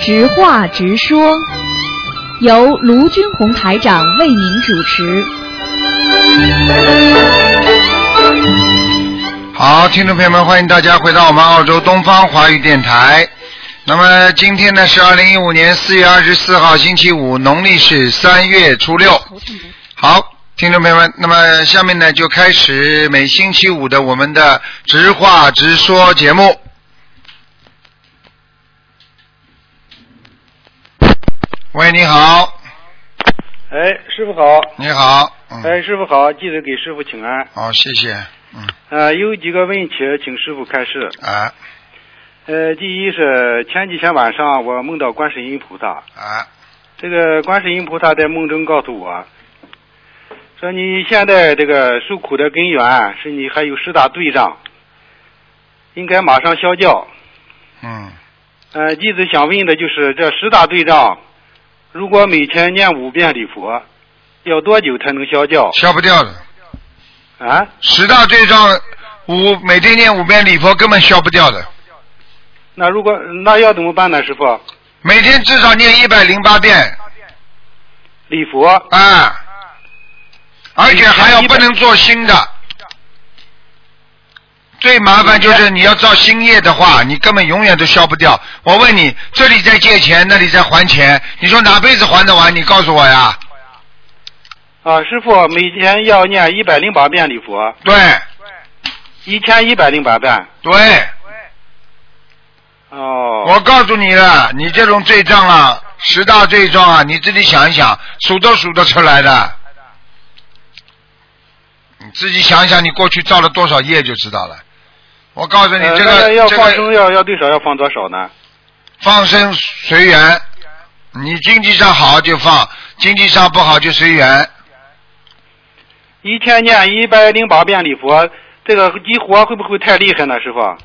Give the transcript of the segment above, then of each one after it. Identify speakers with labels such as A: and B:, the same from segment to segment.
A: 直话直说，由卢军红台长为您主持。
B: 好，听众朋友们，欢迎大家回到我们澳洲东方华语电台。那么今天呢是二零一五年四月二十四号，星期五，农历是三月初六。好，听众朋友们，那么下面呢就开始每星期五的我们的直话直说节目。喂，你好，
C: 哎，师傅好。
B: 你好，嗯，
C: 哎，师傅好，记得给师傅请安。
B: 好，谢谢，嗯，
C: 呃，有几个问题请师傅开示。
B: 啊
C: 呃，第一是前几天晚上我梦到观世音菩萨，
B: 啊，
C: 这个观世音菩萨在梦中告诉我，说你现在这个受苦的根源是你还有十大罪障，应该马上消掉。
B: 嗯，
C: 呃，弟子想问的就是这十大罪障，如果每天念五遍礼佛，要多久才能消掉？
B: 消不掉的，
C: 啊？
B: 十大罪状五每天念五遍礼佛根本消不掉的，
C: 那如果那要怎么办呢，师傅？
B: 每天至少念一百零八遍
C: 礼佛
B: 啊，而且还要不能做新的。最麻烦就是你要造新业的话，你根本永远都消不掉。我问你，这里在借钱，那里在还钱，你说哪辈子还得完？你告诉我呀。
C: 啊，师傅每天要念一百零八遍礼佛，
B: 对
C: 一千一百零八遍。
B: 对，
C: 哦，
B: 我告诉你了，你这种罪状啊，十大罪状啊，你自己想一想，数都数得出来的。你自己想一想，你过去造了多少业就知道了。我告诉你，
C: 呃
B: 这
C: 那
B: 个
C: 要
B: 这
C: 放生
B: 个
C: 要要最少要放多少呢？
B: 放生随缘，你经济上好就放，经济上不好就随缘。
C: 一天念一百零八遍礼佛，这个激活会不会太厉害呢，师傅？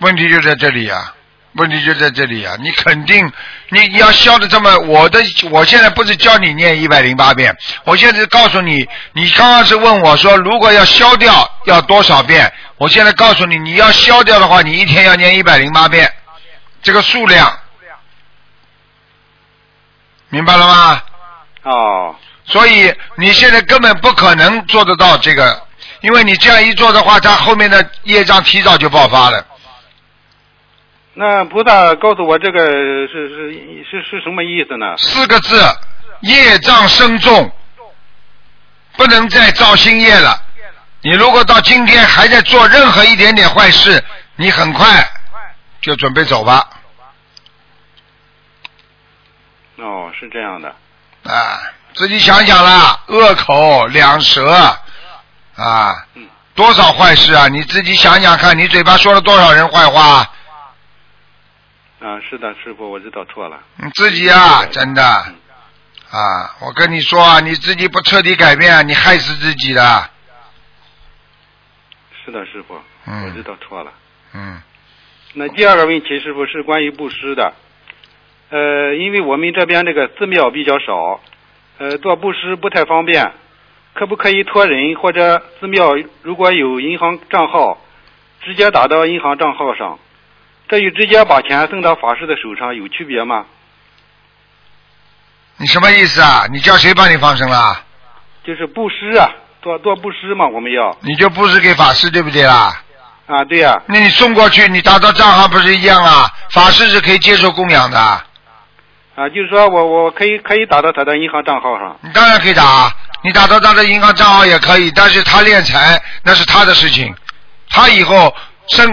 B: 问题就在这里啊，问题就在这里啊！你肯定，你你要消的这么，我的我现在不是教你念一百零八遍，我现在是告诉你，你刚刚是问我说，如果要消掉要多少遍？我现在告诉你，你要消掉的话，你一天要念一百零八遍，这个数量，明白了吗？
C: 哦，
B: 所以你现在根本不可能做得到这个，因为你这样一做的话，他后面的业障提早就爆发了。
C: 那菩萨告诉我这个是是是是什么意思呢？
B: 四个字：业障深重，不能再造新业了。你如果到今天还在做任何一点点坏事，你很快就准备走吧。
C: 哦，是这样的。
B: 啊，自己想想啦，恶口两舌啊
C: 嗯，
B: 多少坏事啊！你自己想想看，你嘴巴说了多少人坏话？
C: 啊，是的，师傅，我知道错了。嗯
B: 你自己啊，真的啊！我跟你说啊，你自己不彻底改变啊，你害死自己的。
C: 是的，师傅，我知
B: 嗯
C: 道错了。
B: 嗯，
C: 那第二个问题，师傅是关于布施的。呃，因为我们这边这个寺庙比较少，呃，做布施不太方便，可不可以托人或者寺庙如果有银行账号，直接打到银行账号上？这与直接把钱送到法师的手上有区别吗？
B: 你什么意思啊？你叫谁帮你放生啦？
C: 就是布施啊，做做布施嘛，我们要
B: 你就布施给法师，对不对啦？
C: 啊，对呀、
B: 那你送过去，你打到账上不是一样啊？法师是可以接受供养的，
C: 啊，就是说我我可以可以打到他的银行账号上
B: 你当然可以打，啊你打到他的银行账号也可以，但是他敛财那是他的事情，他以后生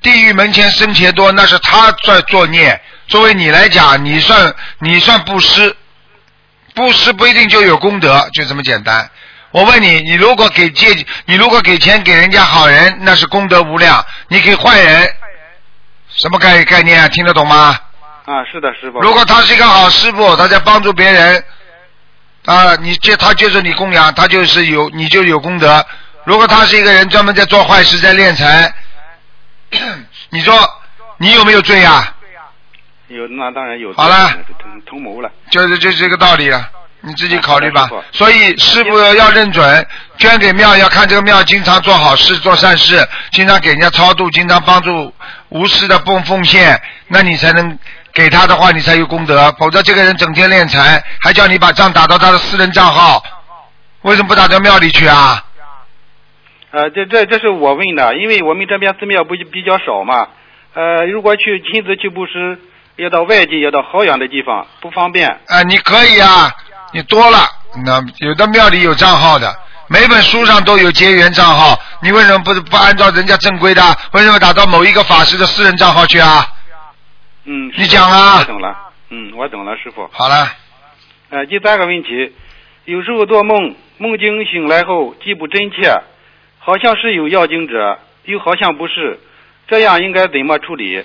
B: 地狱门前生钱多，那是他在作孽。作为你来讲，你算你算布施，布施不一定就有功德，就这么简单。我问你，你如果给借，你如果给钱给人家好人，那是功德无量；你给坏人，什么概概念啊？听得懂吗？
C: 啊，是的，师傅。
B: 如果他是一个好师傅，他在帮助别人，啊，你接他接受你供养，他就是有你就有功德。如果他是一个人专门在做坏事，在敛财，你说你有没有罪啊呀、
C: 有那当然有
B: 好了
C: 同同谋了。
B: 就是就是这个道理啊，你自己考虑吧
C: 好的师。
B: 所以师傅要认准，捐给庙要看这个庙经常做好事、做善事，经常给人家超度，经常帮助无私的奉奉献，那你才能给他的话，你才有功德，否则这个人整天敛财，还叫你把账打到他的私人账号，为什么不打到庙里去啊？
C: 呃，这这这是我问的，因为我们这边寺庙不比较少嘛，呃，如果去亲自去布施，要到外地，要到好远的地方，不方便。
B: 啊、你可以啊，你多了，那有的庙里有账号的，每本书上都有结缘账号，你为什么不不按照人家正规的？啊为什么打到某一个法师的私人账号去啊？
C: 嗯，
B: 你
C: 师傅
B: 讲啊
C: 我懂了，嗯，我懂了，师傅。
B: 好了，
C: 呃，第三个问题，有时候做梦，梦境醒来后既不真切，好像是有要经者，又好像不是，这样应该怎么处理？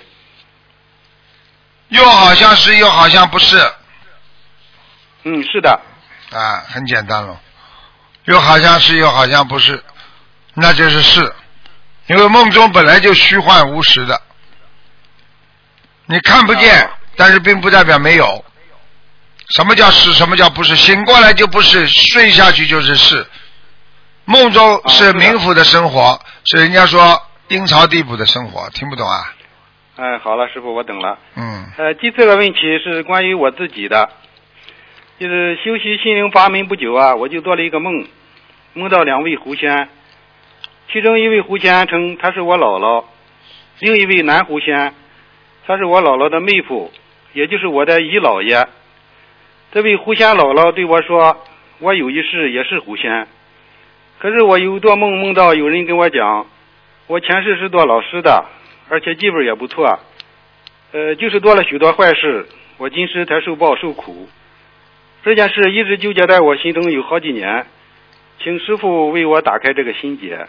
B: 又好像是又好像不是，
C: 嗯，是的，
B: 啊，很简单了，又好像是又好像不是，那就是是，因为梦中本来就虚幻无实的，你看不见
C: 哦，
B: 但是并不代表没有。什么叫是？什么叫不是？醒过来就不是，睡下去就是是。梦中
C: 哦
B: 是
C: 是的
B: 冥府的生活，是人家说阴曹地府的生活，听不懂啊？
C: 哎、好了，师傅，我懂了。
B: 嗯，
C: 呃，第四个问题是关于我自己的，就是修习心灵法门不久啊，我就做了一个梦，梦到两位狐仙，其中一位狐仙称她是我姥姥，另一位男狐仙，她是我姥姥的妹夫，也就是我的姨姥爷。这位狐仙姥姥对我说：“我有一世也是狐仙，可是我有做梦梦到有人跟我讲，我前世是做老师的，而且地位也不错。”呃，就是做了许多坏事，我今世才受报受苦。这件事一直纠结在我心中有好几年，请师傅为我打开这个心结。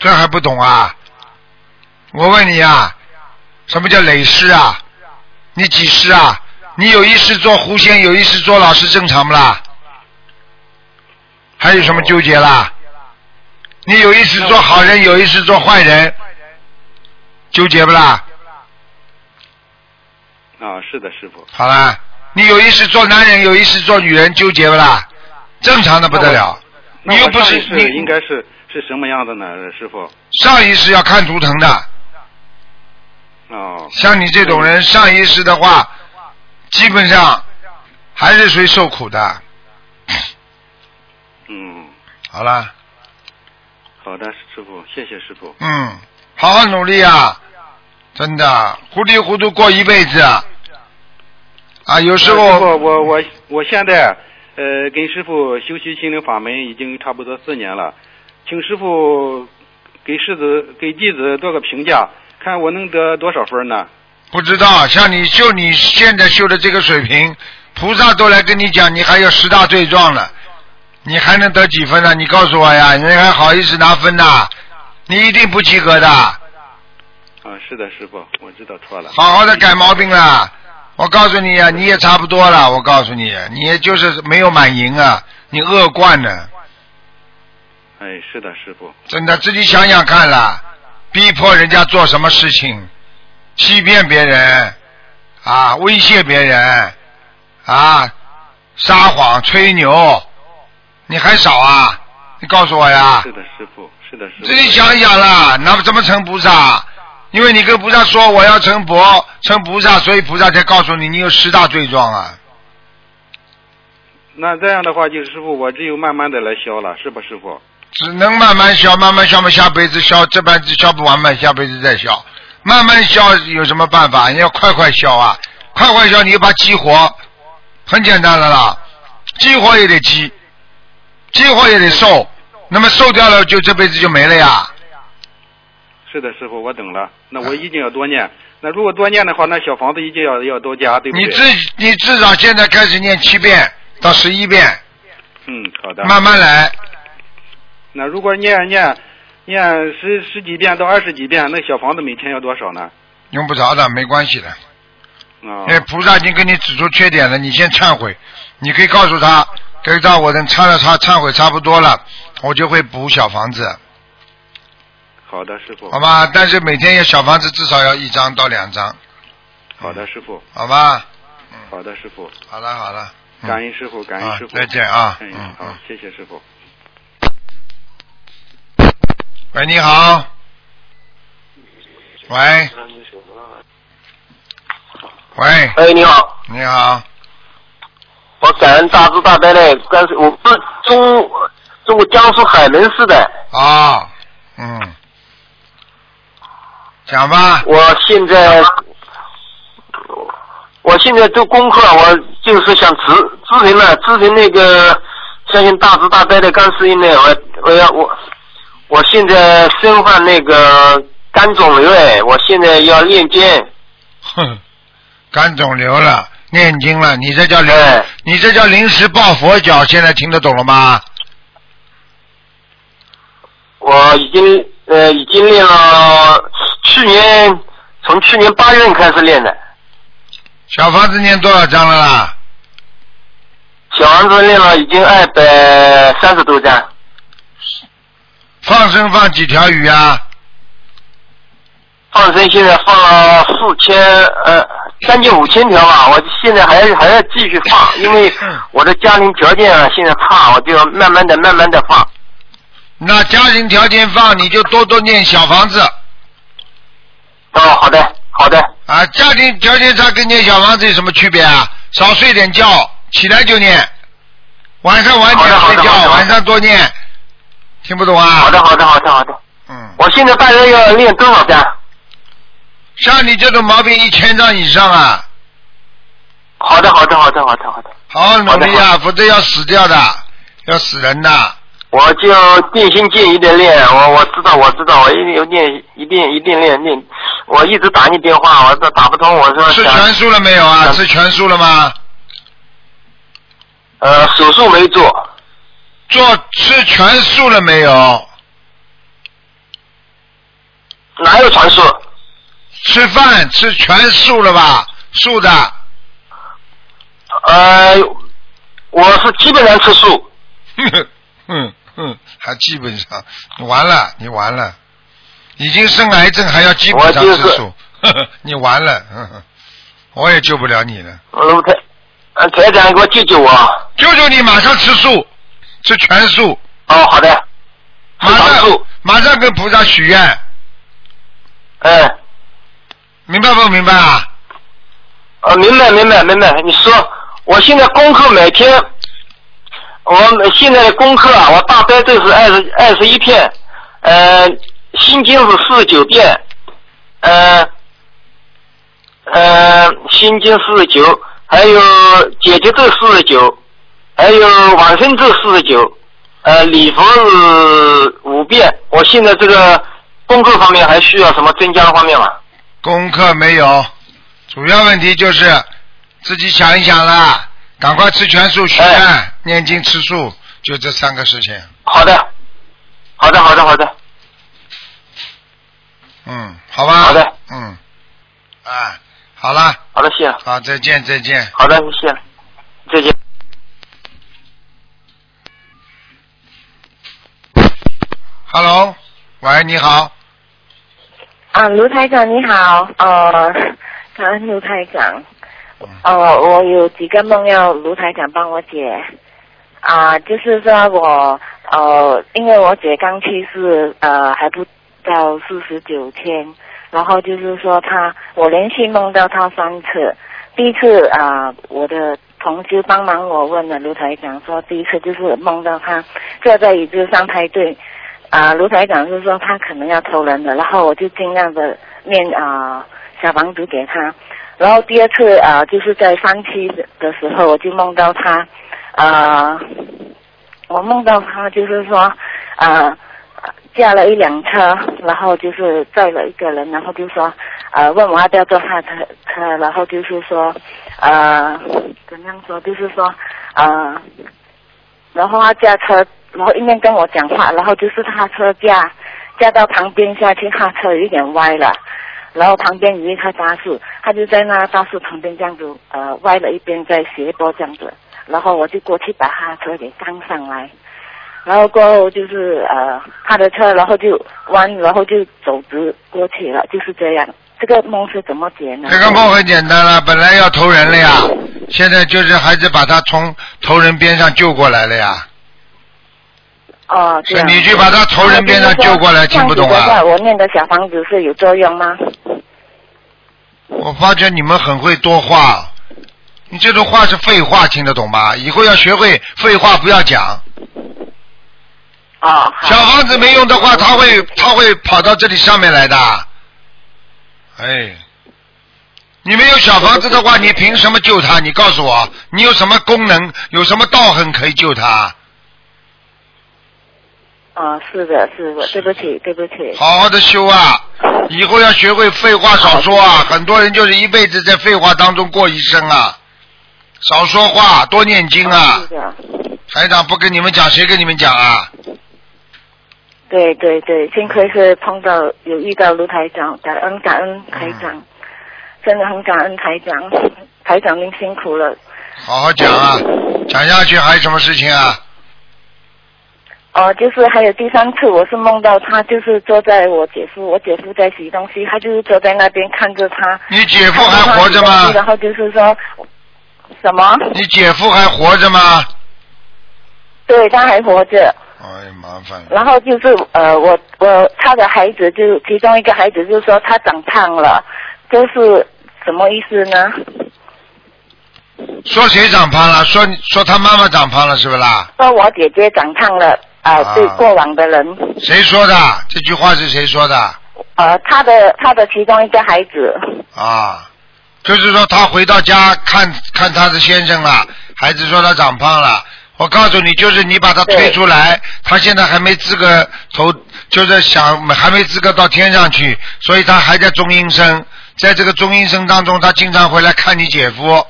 B: 这还不懂啊？我问你啊，什么叫累世啊？你几世啊？你有一世做狐仙，有一世做老师，正常不啦？还有什么纠结啦？你有一世做好人，有一世做坏人，纠结不啦？
C: 啊，是的，师傅。
B: 好啦，你有一世做男人，有一世做女人，纠结不啦？正常的不得了。
C: 那
B: 你又
C: 我
B: 不
C: 上
B: 是
C: 一世
B: 你
C: 应该是是什么样的呢，师傅？
B: 上一世要看图腾的，
C: 哦，
B: 像你这种人，上一世的话，基本上还是属于受苦的。
C: 嗯，
B: 好了，
C: 好的，师傅，谢谢师傅。
B: 嗯，好好努力啊，真的，糊里糊涂过一辈子啊。啊，有时
C: 呃师
B: 候
C: 傅，我我我现在呃跟师傅修习心灵法门已经差不多四年了，请师傅给师子给弟子做个评价，看我能得多少分呢？
B: 不知道，像你就你现在修的这个水平，菩萨都来跟你讲，你还有十大罪状呢，你还能得几分呢？啊你告诉我呀，人还好意思拿分呐？你一定不及格的。
C: 啊，是的，师傅，我知道错了。
B: 好好的改毛病啦。我告诉你啊，你也差不多了。我告诉你，你也就是没有满盈啊，你恶惯呢，
C: 哎，是的，师傅。
B: 真的，自己想想看啦，逼迫人家做什么事情，欺骗别人，啊，威胁别人，啊，撒谎吹牛，你还少啊？你告诉我呀
C: 是，的，师傅，是的，师傅。
B: 自己想一想啦，那怎么成菩萨？因为你跟菩萨说我要成佛，成菩萨，所以菩萨才告诉你你有十大罪状啊。
C: 那这样的话，就是师傅，我只有慢慢的来消了，是吧，师傅？
B: 只能慢慢消，慢慢消嘛，下辈子消，这辈子消不完嘛，下辈子再消，慢慢消有什么办法？你要快快消啊，快快消，你就把它激活，很简单了啦，激活也得激，激活也得受，那么受掉了就这辈子就没了呀。
C: 是的，师傅，我懂了。那
B: 啊
C: 我一定要多念。那如果多念的话，那小房子一定要要多加，对不
B: 你
C: 对？
B: 至你至少现在开始念七遍到十一遍，
C: 嗯，好的。
B: 慢慢来，
C: 那如果念念念十十几遍到二十几遍，那小房子每天要多少呢？
B: 用不着的，没关系的。
C: 啊、
B: 因为哎菩萨已经跟你指出缺点了，你先忏悔，你可以告诉他，给到我等忏了他忏悔差不多了，我就会补小房子，
C: 好的，师傅。
B: 好吧？但是每天要小房子至少要一张到两张，
C: 好的，师傅。
B: 好吧？
C: 好的，师傅。
B: 好了好了，嗯
C: 感恩师傅，感恩
B: 啊
C: 师傅。
B: 再见啊
C: 嗯
B: 嗯，
C: 好
B: 嗯，
C: 谢谢师傅。
B: 喂，你好，喂，喂，
D: 哎，你好，
B: 你好，
D: 我感恩大慈大悲的，但是我是中中国江苏海门市的，
B: 啊，嗯，讲吧，
D: 我现在我现在做功课，我就是想咨咨询了，咨询那个相信大慈大悲的观世音呢，我我要我我现在身患那个肝肿瘤哎，我现在要练剑，
B: 哼， 肝肿瘤了，念经了，你这叫临，
D: 哎
B: 你这叫临时抱佛脚，现在听得懂了吗？
D: 我已经呃已经练了去年从去年八月份开始练的。
B: 小房子念多少章了啦？
D: 小王子练了已经二百三十多张，
B: 放生放几条鱼啊？
D: 放生现在放了四千呃将近五千条吧，我现在还还要继续放，因为我的家庭条件啊现在差，我就要慢慢的慢慢的放。
B: 那家庭条件放，你就多多念小房子
D: 哦，好的好的，
B: 啊。家庭条件差跟念小房子有什么区别啊？少睡点觉，起来就念，晚上晚点
D: 好的好
B: 睡
D: 的好
B: 觉，
D: 的
B: 晚上多念。听不懂啊？
D: 好的好的好的好的，
B: 嗯，
D: 我现在大约要练多少张？
B: 像你这种毛病一千张以上啊，
D: 好的好的好的好的好的，
B: 好好努力
D: 好
B: 啊，否则要死掉的，要死人的。
D: 我就尽心尽力的练，我我知道我知道，我一定有练一定一定练练，我一直打你电话，我这打不通，我说
B: 吃
D: 想
B: 全素了没有啊？
D: 想
B: 吃全素了吗？
D: 呃手术没做。
B: 做吃全素了没有？
D: 哪有传说？
B: 吃饭吃全素了吧？素的，
D: 呃，我是基本上吃素。
B: 嗯嗯，还基本上，你完了，你完了，已经生癌症还要基本上
D: 我就
B: 吃
D: 是
B: 素，呵呵， 你完了， 呵呵，我也救不了你了，
D: 卢台，呃，台长，给我救救我！哦，
B: 救救你，马上吃素，吃全素，
D: 好的，吃
B: 马
D: 长
B: 上
D: 素。
B: 马上跟菩萨许愿，
D: 嗯，
B: 明白不明白啊？
D: 呃，明白，明白，明白。你说，我现在功课每天，我现在的功课啊，我大悲咒是二十二十一片，呃，心经是四十九遍，呃，呃，心经四十九，还有解结咒四十九，还有往生咒四十九，呃，礼佛是五遍。我现在这个功课方面还需要什么增加方面吗？
B: 功课没有，主要问题就是自己想一想啦，赶快吃全素、许愿
D: 哎、
B: 念经、吃素，就这三个事情。
D: 好的，好的，好的，好的。
B: 嗯，好吧。
D: 好的。
B: 嗯，啊，好啦，
D: 好的，谢了。
B: 好，再见，再见。
D: 好的，谢了，再见。
B: Hello，喂，你好，
E: 啊，卢台长你好，呃，感恩卢台长
B: 嗯，
E: 呃，我有几个梦要卢台长帮我解，啊、就是说我呃，因为我姐刚去世，呃，还不到四十九天，然后就是说她，我连续梦到她三次，第一次啊、呃我的同事帮忙我问了卢台长说，第一次就是梦到她坐在椅子上排队，啊，卢台长是说他可能要投人的，然后我就尽量的念啊、小房子给他。然后第二次啊、就是在三期的时候，我就梦到他，啊，我梦到他就是说，啊，驾了一辆车，然后就是载了一个人，然后就说，呃，问我要不要坐他的车，车然后就是说，呃，怎样说，就是说，呃，然后他驾车，然后一面跟我讲话，然后就是他车驾驾到旁边下去，他车有点歪了，然后旁边有一棵大树，他就在那大树旁边这样子呃歪了一边，在斜坡这样子，然后我就呃过去把他车给刚上来。然后过后就是呃他的车，然后就弯，然后就走直过去了，就是这样。这个梦是怎么解呢？
B: 这个梦很简单了，本来要投人了呀，现在就是还是把他从投人边上救过来了呀。
E: 哦，这
B: 是
E: 样
B: 你去把他投人边上救过来，听不懂
E: 这样
B: 啊
E: 子的？话我念的小房子是有作用吗？
B: 我发觉你们很会多话，你这种话是废话，听得懂吗？以后要学会废话不要讲。
E: 哦，
B: 小
E: 好，
B: 房子没用的话，他会他会跑到这里上面来的。哎，你没有小房子的话，你凭什么救他？你告诉我，你有什么功能，有什么道行可以救他？
E: 哦，是的，是的，对不起，对不起，
B: 好好的修啊，以后要学会废话少说啊。很多人就是一辈子在废话当中过一生啊，少说话，多念经啊
E: 是。的，
B: 台长不跟你们讲，谁跟你们讲啊？
E: 对对对，幸亏是碰到有遇到卢台长，感恩感恩
B: 嗯
E: 台长，真的很感恩台长，台长您辛苦了。
B: 好好讲啊，讲下去还有什么事情啊？
E: 哦，就是还有第三次，我是梦到他，就是坐在我姐夫，我姐夫在洗东西，他就是坐在那边看着他，
B: 你姐
E: 姐
B: 夫还活着吗？
E: 然后就是说什么？
B: 你姐夫还活着吗？
E: 对，他还活着。
B: 哎，麻烦了。
E: 然后就是呃，我我他的孩子就其中一个孩子就说他长胖了，就是什么意思呢？
B: 说谁长胖了？说说他妈妈长胖了是不是啦？
E: 说我姐姐长胖了啊、
B: 啊
E: 对过往的人，
B: 谁说的？这句话是谁说的？
E: 呃，他的他的其中一个孩子，
B: 啊，就是说他回到家看看他的先生了，孩子说他长胖了。我告诉你，就是你把他推出来，他现在还没资格投，就是想还没资格到天上去，所以他还在中阴身。在这个中阴身当中，他经常回来看你姐夫。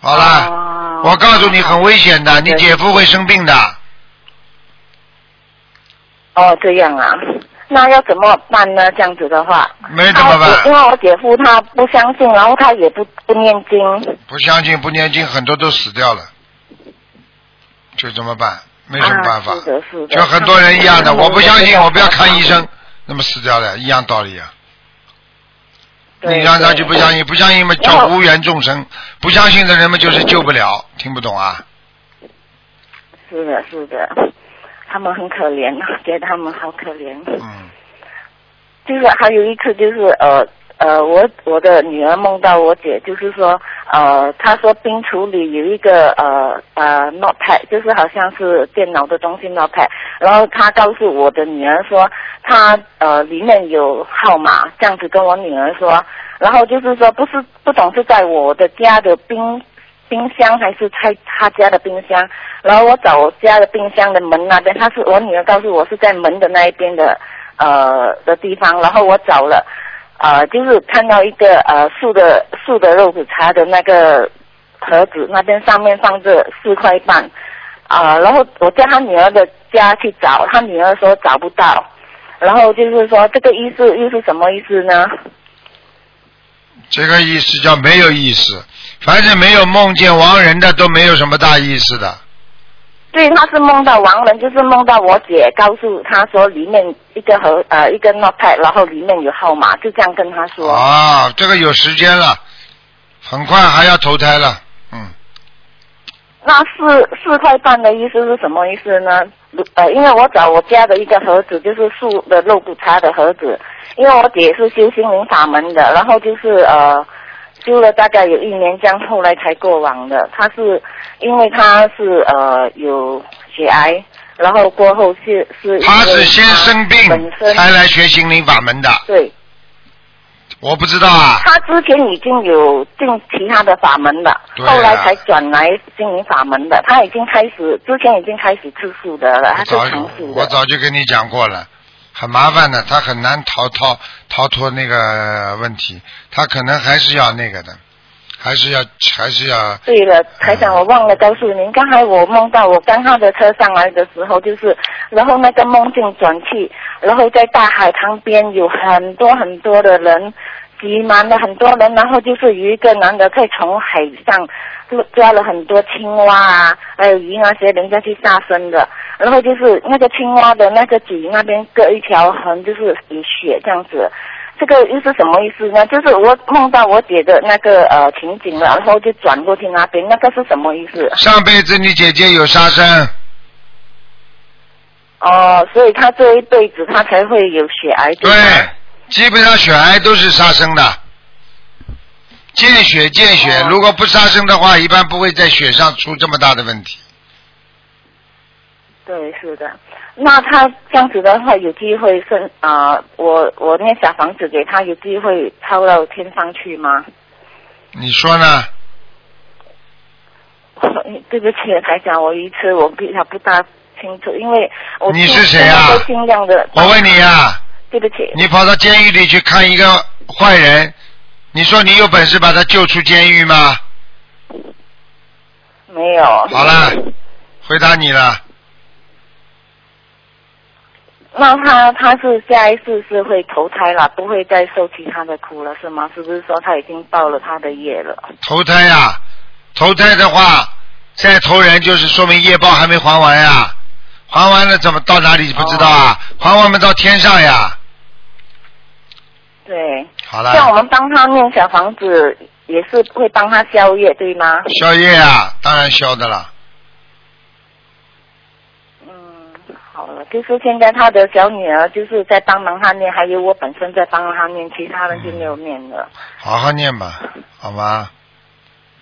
B: 好了，
E: 哦
B: 我告诉你很危险的，你
E: 对
B: 姐夫会生病的。
E: 哦，这样啊，那要怎么办呢？这样子的话，
B: 没怎么办
E: 他因为我姐夫他不相信，然后他也不不念经，
B: 不相信、不念经，很多都死掉了，就这么办，没什么办法。
E: 啊、是的，是的，嗯
B: 就很多人一样的，
E: 他
B: 我不相信，
E: 他
B: 我不要看医生，那么死掉了，一样道理啊。
E: 对
B: 你让他
E: 对
B: 去不相信，不相信嘛
E: 然
B: 叫
E: 后
B: 无缘众生，不相信的人们就是救不了，听不懂啊？
E: 是的，是的，他们很可怜，啊觉得他们好可怜。
B: 嗯，
E: 就是还有一次，就是呃呃，我我的女儿梦到我姐，就是说呃，她说冰橱里有一个呃呃 notepad，就是好像是电脑的东西 notepad，然后她告诉我的女儿说，她呃里面有号码，这样子跟我女儿说，然后就是说不是不懂是在我的家的冰冰箱还是在他家的冰箱，然后我找我家的冰箱的门那边，他是我女儿告诉我是在门的那一边的呃的地方，然后我找了，呃，就是看到一个呃素的素的肉骨茶的那个盒子，那边上面放着四块半，啊、然后我叫他女儿的家去找，他女儿说找不到，然后就是说这个意思又是什么意思呢？
B: 这个意思叫没有意思，凡是没有梦见亡人的都没有什么大意思的。
E: 对，他是梦到亡人，就是梦到我姐告诉他说里面一个盒呃一个 notepad，然后里面有号码，就这样跟他说。
B: 啊，这个有时间了，很快还要投胎了，嗯。
E: 那四四块半的意思是什么意思呢？呃，因为我找我家的一个盒子，就是素的肉骨茶的盒子，因为我姐是修心灵法门的，然后就是呃修了大概有一年这样，后来才过往的。她是因为她是呃有血癌，然后过后是是因为
B: 他是先
E: 她
B: 生病
E: 本身
B: 才来学心灵法门的，
E: 对。
B: 我不知道啊。
E: 他之前已经有进其他的法门了，
B: 对啊
E: 后来才转来经营法门的。他已经开始，之前已经开始吃素的了，他
B: 我
E: 是
B: 早
E: 常素
B: 我
E: 的。
B: 早就跟你讲过了，很麻烦的，他很难逃逃逃脱那个问题，他可能还是要那个的，还是要还是要
E: 对了，台长，我忘了告诉您，刚才我梦到我刚上的车上来的时候，就是，然后那个梦境转去，然后在大海旁边有很多很多的人，挤满了很多人，然后就是有一个男的在从海上抓了很多青蛙啊，还有鱼那些人家去杀生的，然后就是那个青蛙的那个脊那边割一条痕，就是有血这样子。这个又是什么意思呢？就是我梦到我姐的那个呃情景了，然后就转过去那边，那个是什么意思？
B: 上辈子你姐姐有杀生，
E: 哦、所以她这一辈子她才会有血癌症。
B: 对，基本上血癌都是杀生的，见血见血，
E: 哦
B: 如果不杀生的话，一般不会在血上出这么大的问题。
E: 对，是的。那他这样子的话，有机会升啊、我我那小房子给他有机会抄到天上去吗？
B: 你说呢？
E: 对不起，台长，我一次我比较不大清楚，因为我
B: 你
E: 尽
B: 是谁啊
E: 都尽量的。
B: 我问你呀、
E: 对不起，
B: 你跑到监狱里去看一个坏人，你说你有本事把他救出监狱吗？
E: 没有。
B: 好了，回答你了。
E: 那他他是下一次是会投胎了，不会再受其他的苦了，是吗？是不是说他已经报了他的业了？
B: 投胎呀、投胎的话，再投人就是说明业报还没还完呀、还完了怎么到哪里不知道啊？还完没到天上呀？
E: 对，
B: 好
E: 像我
B: 了，
E: 们帮他念小房子，也是会帮他消业，对吗？
B: 宵夜啊，当然消的了。
E: 嗯，好了，就是现在他的小女儿就是在帮忙他念，还有我本身在帮他念，其他人就没有念了。
B: 好好念吧，好吗？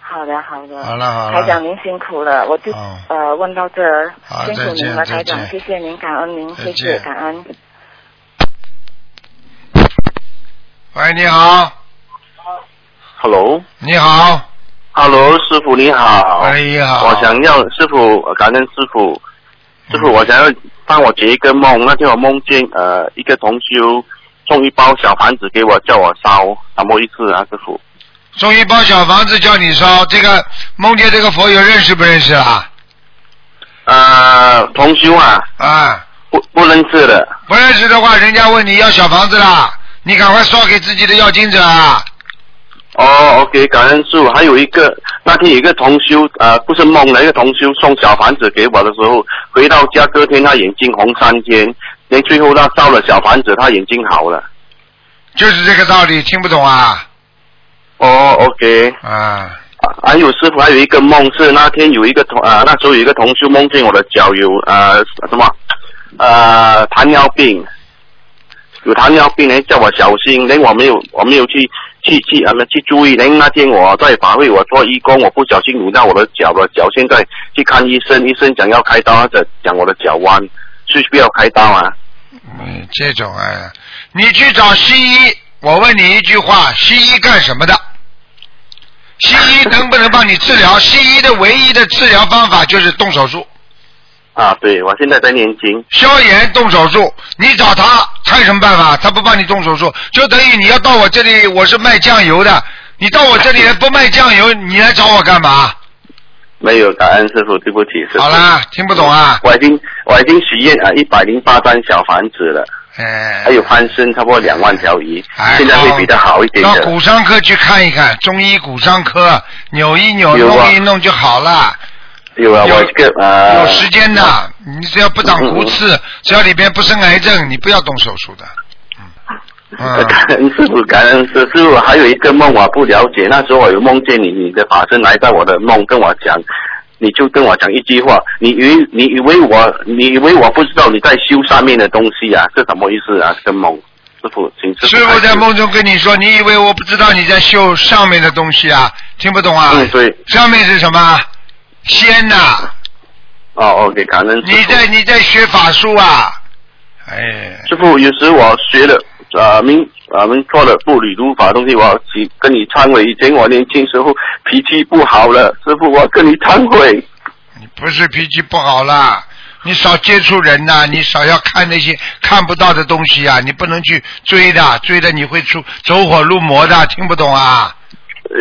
E: 好的，好的。
B: 好了好了
E: 台长您辛苦了，我就、
B: 哦
E: 呃问到这儿
B: 好，
E: 辛苦您
B: 再见
E: 了，
B: 再
E: 台
B: 见
E: 长，谢谢您，感恩您，谢
B: 再
E: 谢
B: 见
E: 感恩。
B: 喂，你好，
F: Hello，Hello，
B: 你好，
F: 师傅你好。
B: 喂，你好，
F: 我想要师傅，呃感恩师傅，师傅，我想要帮我解一个梦。那天我梦见呃，一个同修送一包小盘子给我，叫我烧，什么意思啊，师傅？
B: 送一包小房子叫你烧，这个梦见这个佛友认识不认识啊？
F: 呃，同修啊，
B: 啊，
F: 不不认识的，
B: 不认识的话，人家问你要小房子啦，你赶快烧给自己的要经者啊。
F: 哦，OK，感恩师傅。还有一个，那天有一个同修，呃，不是梦了，一个同修送小房子给我的时候，回到家隔天他眼睛红三天，连最后他烧了小房子，他眼睛好了。
B: 就是这个道理，听不懂啊？
F: 哦，OK，
B: 啊，
F: 啊还有师傅，还有一个梦是那天有一个同啊、那时候有一个同修梦见我的脚有呃什么呃糖尿病，有糖尿病哎呢，叫我小心，连我没有我没有去去去呃去注意，连那天我在法会我做义工，我不小心扭到我的脚了，脚现在去看医生，医生讲要开刀，他讲我的脚弯，需不需要开刀啊？
B: 嗯，这种哎，你去找西医，我问你一句话：西医干什么的？西医能不能帮你治疗？西医的唯一的治疗方法就是动手术，
F: 啊，对，我现在在念经，
B: 消炎动手术。你找他，他有什么办法？他不帮你动手术，就等于你要到我这里，我是卖酱油的，你到我这里来不卖酱油，你来找我干嘛？
F: 没有感恩师傅，对不起师傅。
B: 好啦，听不懂啊？
F: 我已经我已经许愿啊一百零八张小房子了，
B: 哎，
F: 还有攀升差不多两万条鱼，
B: 哎
F: 嗯现在会比较好一点
B: 到
F: 的。
B: 骨伤科去看一看，中医骨伤科扭一扭、
F: 有啊
B: 弄一弄就好了。
F: 有啊，我这个呃，嗯
B: 有时间的，你只要不长骨刺，只要里边不生癌症，你不要动手术的。嗯
F: 呃 感恩师傅，感恩师师傅，还有一个梦我不了解，那时候我有梦见你，你的法身来到我的梦跟我讲，你就跟我讲一句话，你以为你以为我你以为我不知道你在修上面的东西啊，是什么意思啊？这个梦，师傅，请
B: 嗯，
F: 师
B: 师傅
F: 开
B: 在
F: 始
B: 梦中跟你说，你以为我不知道你在修上面的东西啊？听不懂啊？
F: 嗯对，嗯
B: 上面是什么？仙呐、
F: 哦，OK，感恩师傅。
B: 你在你在学法术啊？哎，
F: 师傅，有时我学了呃明呃明错了不理如法的东西，我要去跟你忏悔。以前我年轻时候脾气不好了，师傅，我跟你忏悔。
B: 你不是脾气不好啦，你少接触人呐、你少要看那些看不到的东西啊，你不能去追的，追的你会出走火入魔的，听不懂啊？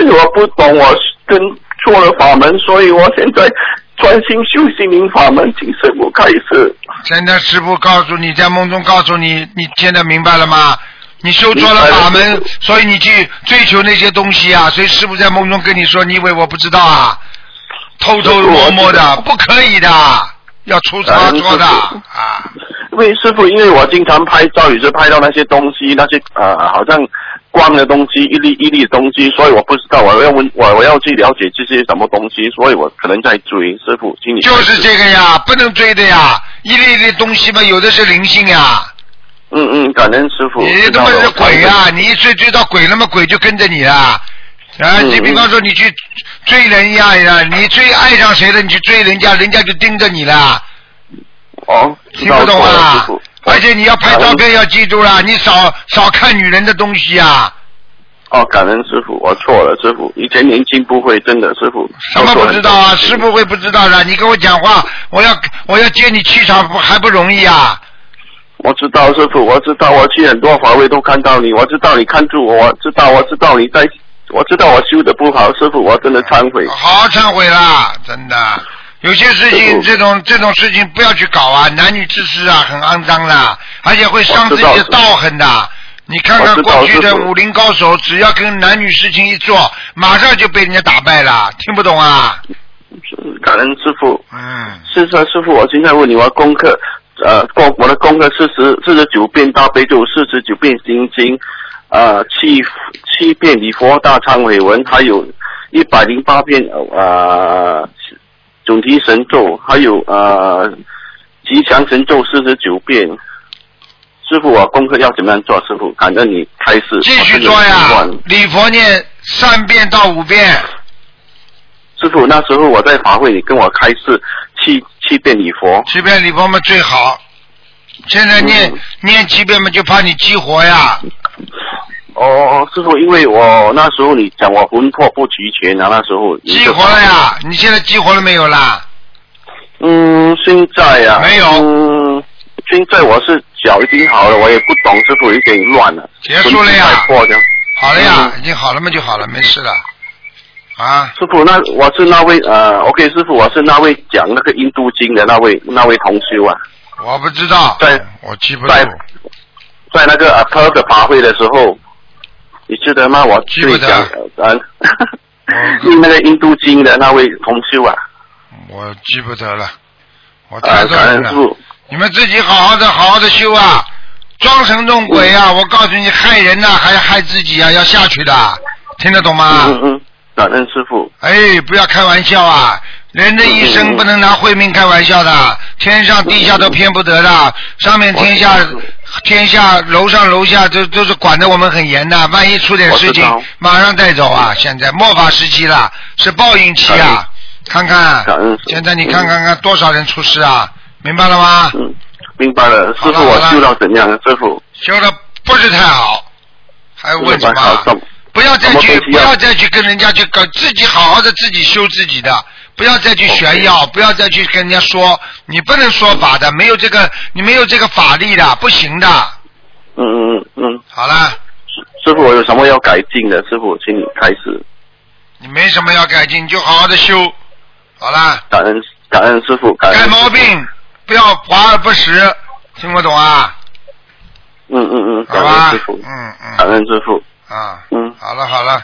F: 因为我不懂，我跟错了法门，所以我现在专心修心灵法门，请师傅开始。
B: 现在师傅告诉你，在梦中告诉你，你现在明白了吗？你修错了
F: 明白了
B: 法门，所以你去追求那些东西啊。所以师傅在梦中跟你说，你以为我不知道啊？偷偷摸摸
F: 我
B: 的，不可以的，要出
F: 哎
B: 差错的啊！
F: 因为师傅，因为我经常拍照，也是拍到那些东西，那些呃，好像光的东西，一粒一粒的东西，所以我不知道，我要问，我我要去了解这些什么东西，所以我可能在追师傅，请你
B: 就是
F: 开始
B: 这个呀，不能追的呀，一粒一粒东西嘛，有的是灵性呀。
F: 嗯嗯，感恩师傅。
B: 你
F: 知
B: 他
F: 道
B: 妈啊
F: 了
B: 是鬼呀、！你一追追到鬼，那么鬼就跟着你了。啊，
F: 嗯
B: 你比方说你去追人家呀，你追爱上谁了，你去追人家，人家就盯着你了，
F: 哦，
B: 听不懂
F: 啊
B: 啊？而且你要拍照片要记住了，你少少看女人的东西啊，
F: 哦，感恩师傅，我错了，师傅，以前年轻不会，真的，师傅。
B: 什么
F: 我错
B: 不
F: 了
B: 知道啊？
F: 很多
B: 师傅会不知道的，你跟我讲话，我要我要接你气场不还不容易啊？
F: 我知道师傅，我知道，我去很多华为都看到你，我知道你看住我，我知道，我知道你在，我知道我修的不好，师傅，我真的忏悔。
B: 好好忏悔啦，真的。有些事情，
F: 师父
B: 这种这种事情不要去搞啊，男女之事啊，很肮脏的，而且会伤
F: 我
B: 自
F: 知
B: 己
F: 道
B: 的
F: 师父
B: 道行的。你看看
F: 哦我知道
B: 过去的
F: 师父
B: 武林高手，只要跟男女事情一做，马上就被人家打败了，听不懂啊？
F: 感恩师傅。
B: 嗯，
F: 是说师傅，我现在问你，我的功课，呃，功我的功课四十四十九遍大悲咒，四十九遍心经，呃，七七遍礼佛大忏悔文，还有一百零八遍呃总提神咒，还有呃吉祥神咒四十九遍。师傅，我功课要怎么样做？师傅，感恩你开示。
B: 继续
F: 我真的
B: 做
F: 很
B: 呀
F: 乱，
B: 礼佛念三遍到五遍，
F: 师傅，那时候我在法会，你跟我开示七七遍礼佛。
B: 七遍礼佛嘛最好。现在念、
F: 嗯
B: 念几遍嘛，就怕你激活呀。
F: 哦，师傅，因为我那时候你讲我魂魄不齐全啊，那时候你就
B: 激活了呀？你现在激活了没有啦？
F: 嗯，现在啊，
B: 没有
F: 嗯，现在我是脚已经好了，我也不懂，师傅有点乱了，
B: 结束了呀
F: 魂不太破这样
B: 好了呀，
F: 嗯
B: 已经好了嘛就好了，没事了。啊，
F: 师傅，那我是那位呃，OK，师傅，我是那位讲那个印度经的那位那位同修啊，
B: 我不知道
F: 对，
B: 我记不住，
F: 在在那个阿特的法会的时候，你记得吗？我
B: 记不
F: 去
B: 得哦
F: 讲呃，
B: 嗯
F: 印那个印度经的那位同修啊，
B: 我记不得了，我
F: 啊
B: 太，多
F: 感
B: 人
F: 恩
B: 了
F: 师。傅。
B: 你们自己好好的，好好的修啊，装神弄鬼啊！我告诉你，害人呐、还要害自己啊，要下去的，听得懂吗？
F: 嗯嗯，感恩师傅。
B: 哎，不要开玩笑啊！
F: 嗯
B: 人的一生不能拿慧命开玩笑的，天上地下都骗不得的，上面天下
F: 我
B: 天下楼上楼下都都是管得我们很严的，万一出点事
F: 我知
B: 情
F: 道
B: 马上带走啊！现在末法时期了，是报应期啊！看看
F: 感恩，
B: 现在你看看看多少人出事啊！明白了吗？
F: 嗯，明白了，师
B: 好了
F: 傅，我
B: 好了
F: 修到怎样？师傅，
B: 修的不是太好，还问什么啊？
F: 怎么
B: 不要再
F: 什么
B: 去，
F: 东
B: 不
F: 西啊
B: 要再去跟人家去搞，自己好好的自己修自己的，不要再去炫耀，不要再去跟人家说，你不能说法的，没有这个，你没有这个法力的，不行的。
F: 嗯嗯嗯嗯，
B: 好了，
F: 师傅，我有什么要改进的？师傅，请你开始。
B: 你没什么要改进，你就好好的修。好了，
F: 感恩感恩哎师傅，感恩。
B: 改毛病。，不要华而不实，听不懂啊？
F: 嗯嗯嗯，
B: 好
F: 感
B: 吧
F: 恩师？傅，
B: 嗯
F: 感
B: 嗯
F: 恩师傅，
B: 啊，
F: 嗯，
B: 好了好了，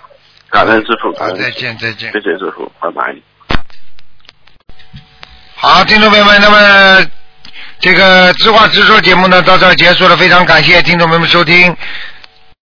F: 感恩哎师傅，感
B: 好
F: 恩
B: 再，见再见
F: 谢。谢师傅，拜拜。
B: 好，听众朋友们，那么这个知话直说节目呢到这儿结束了，非常感谢听众朋友们收听。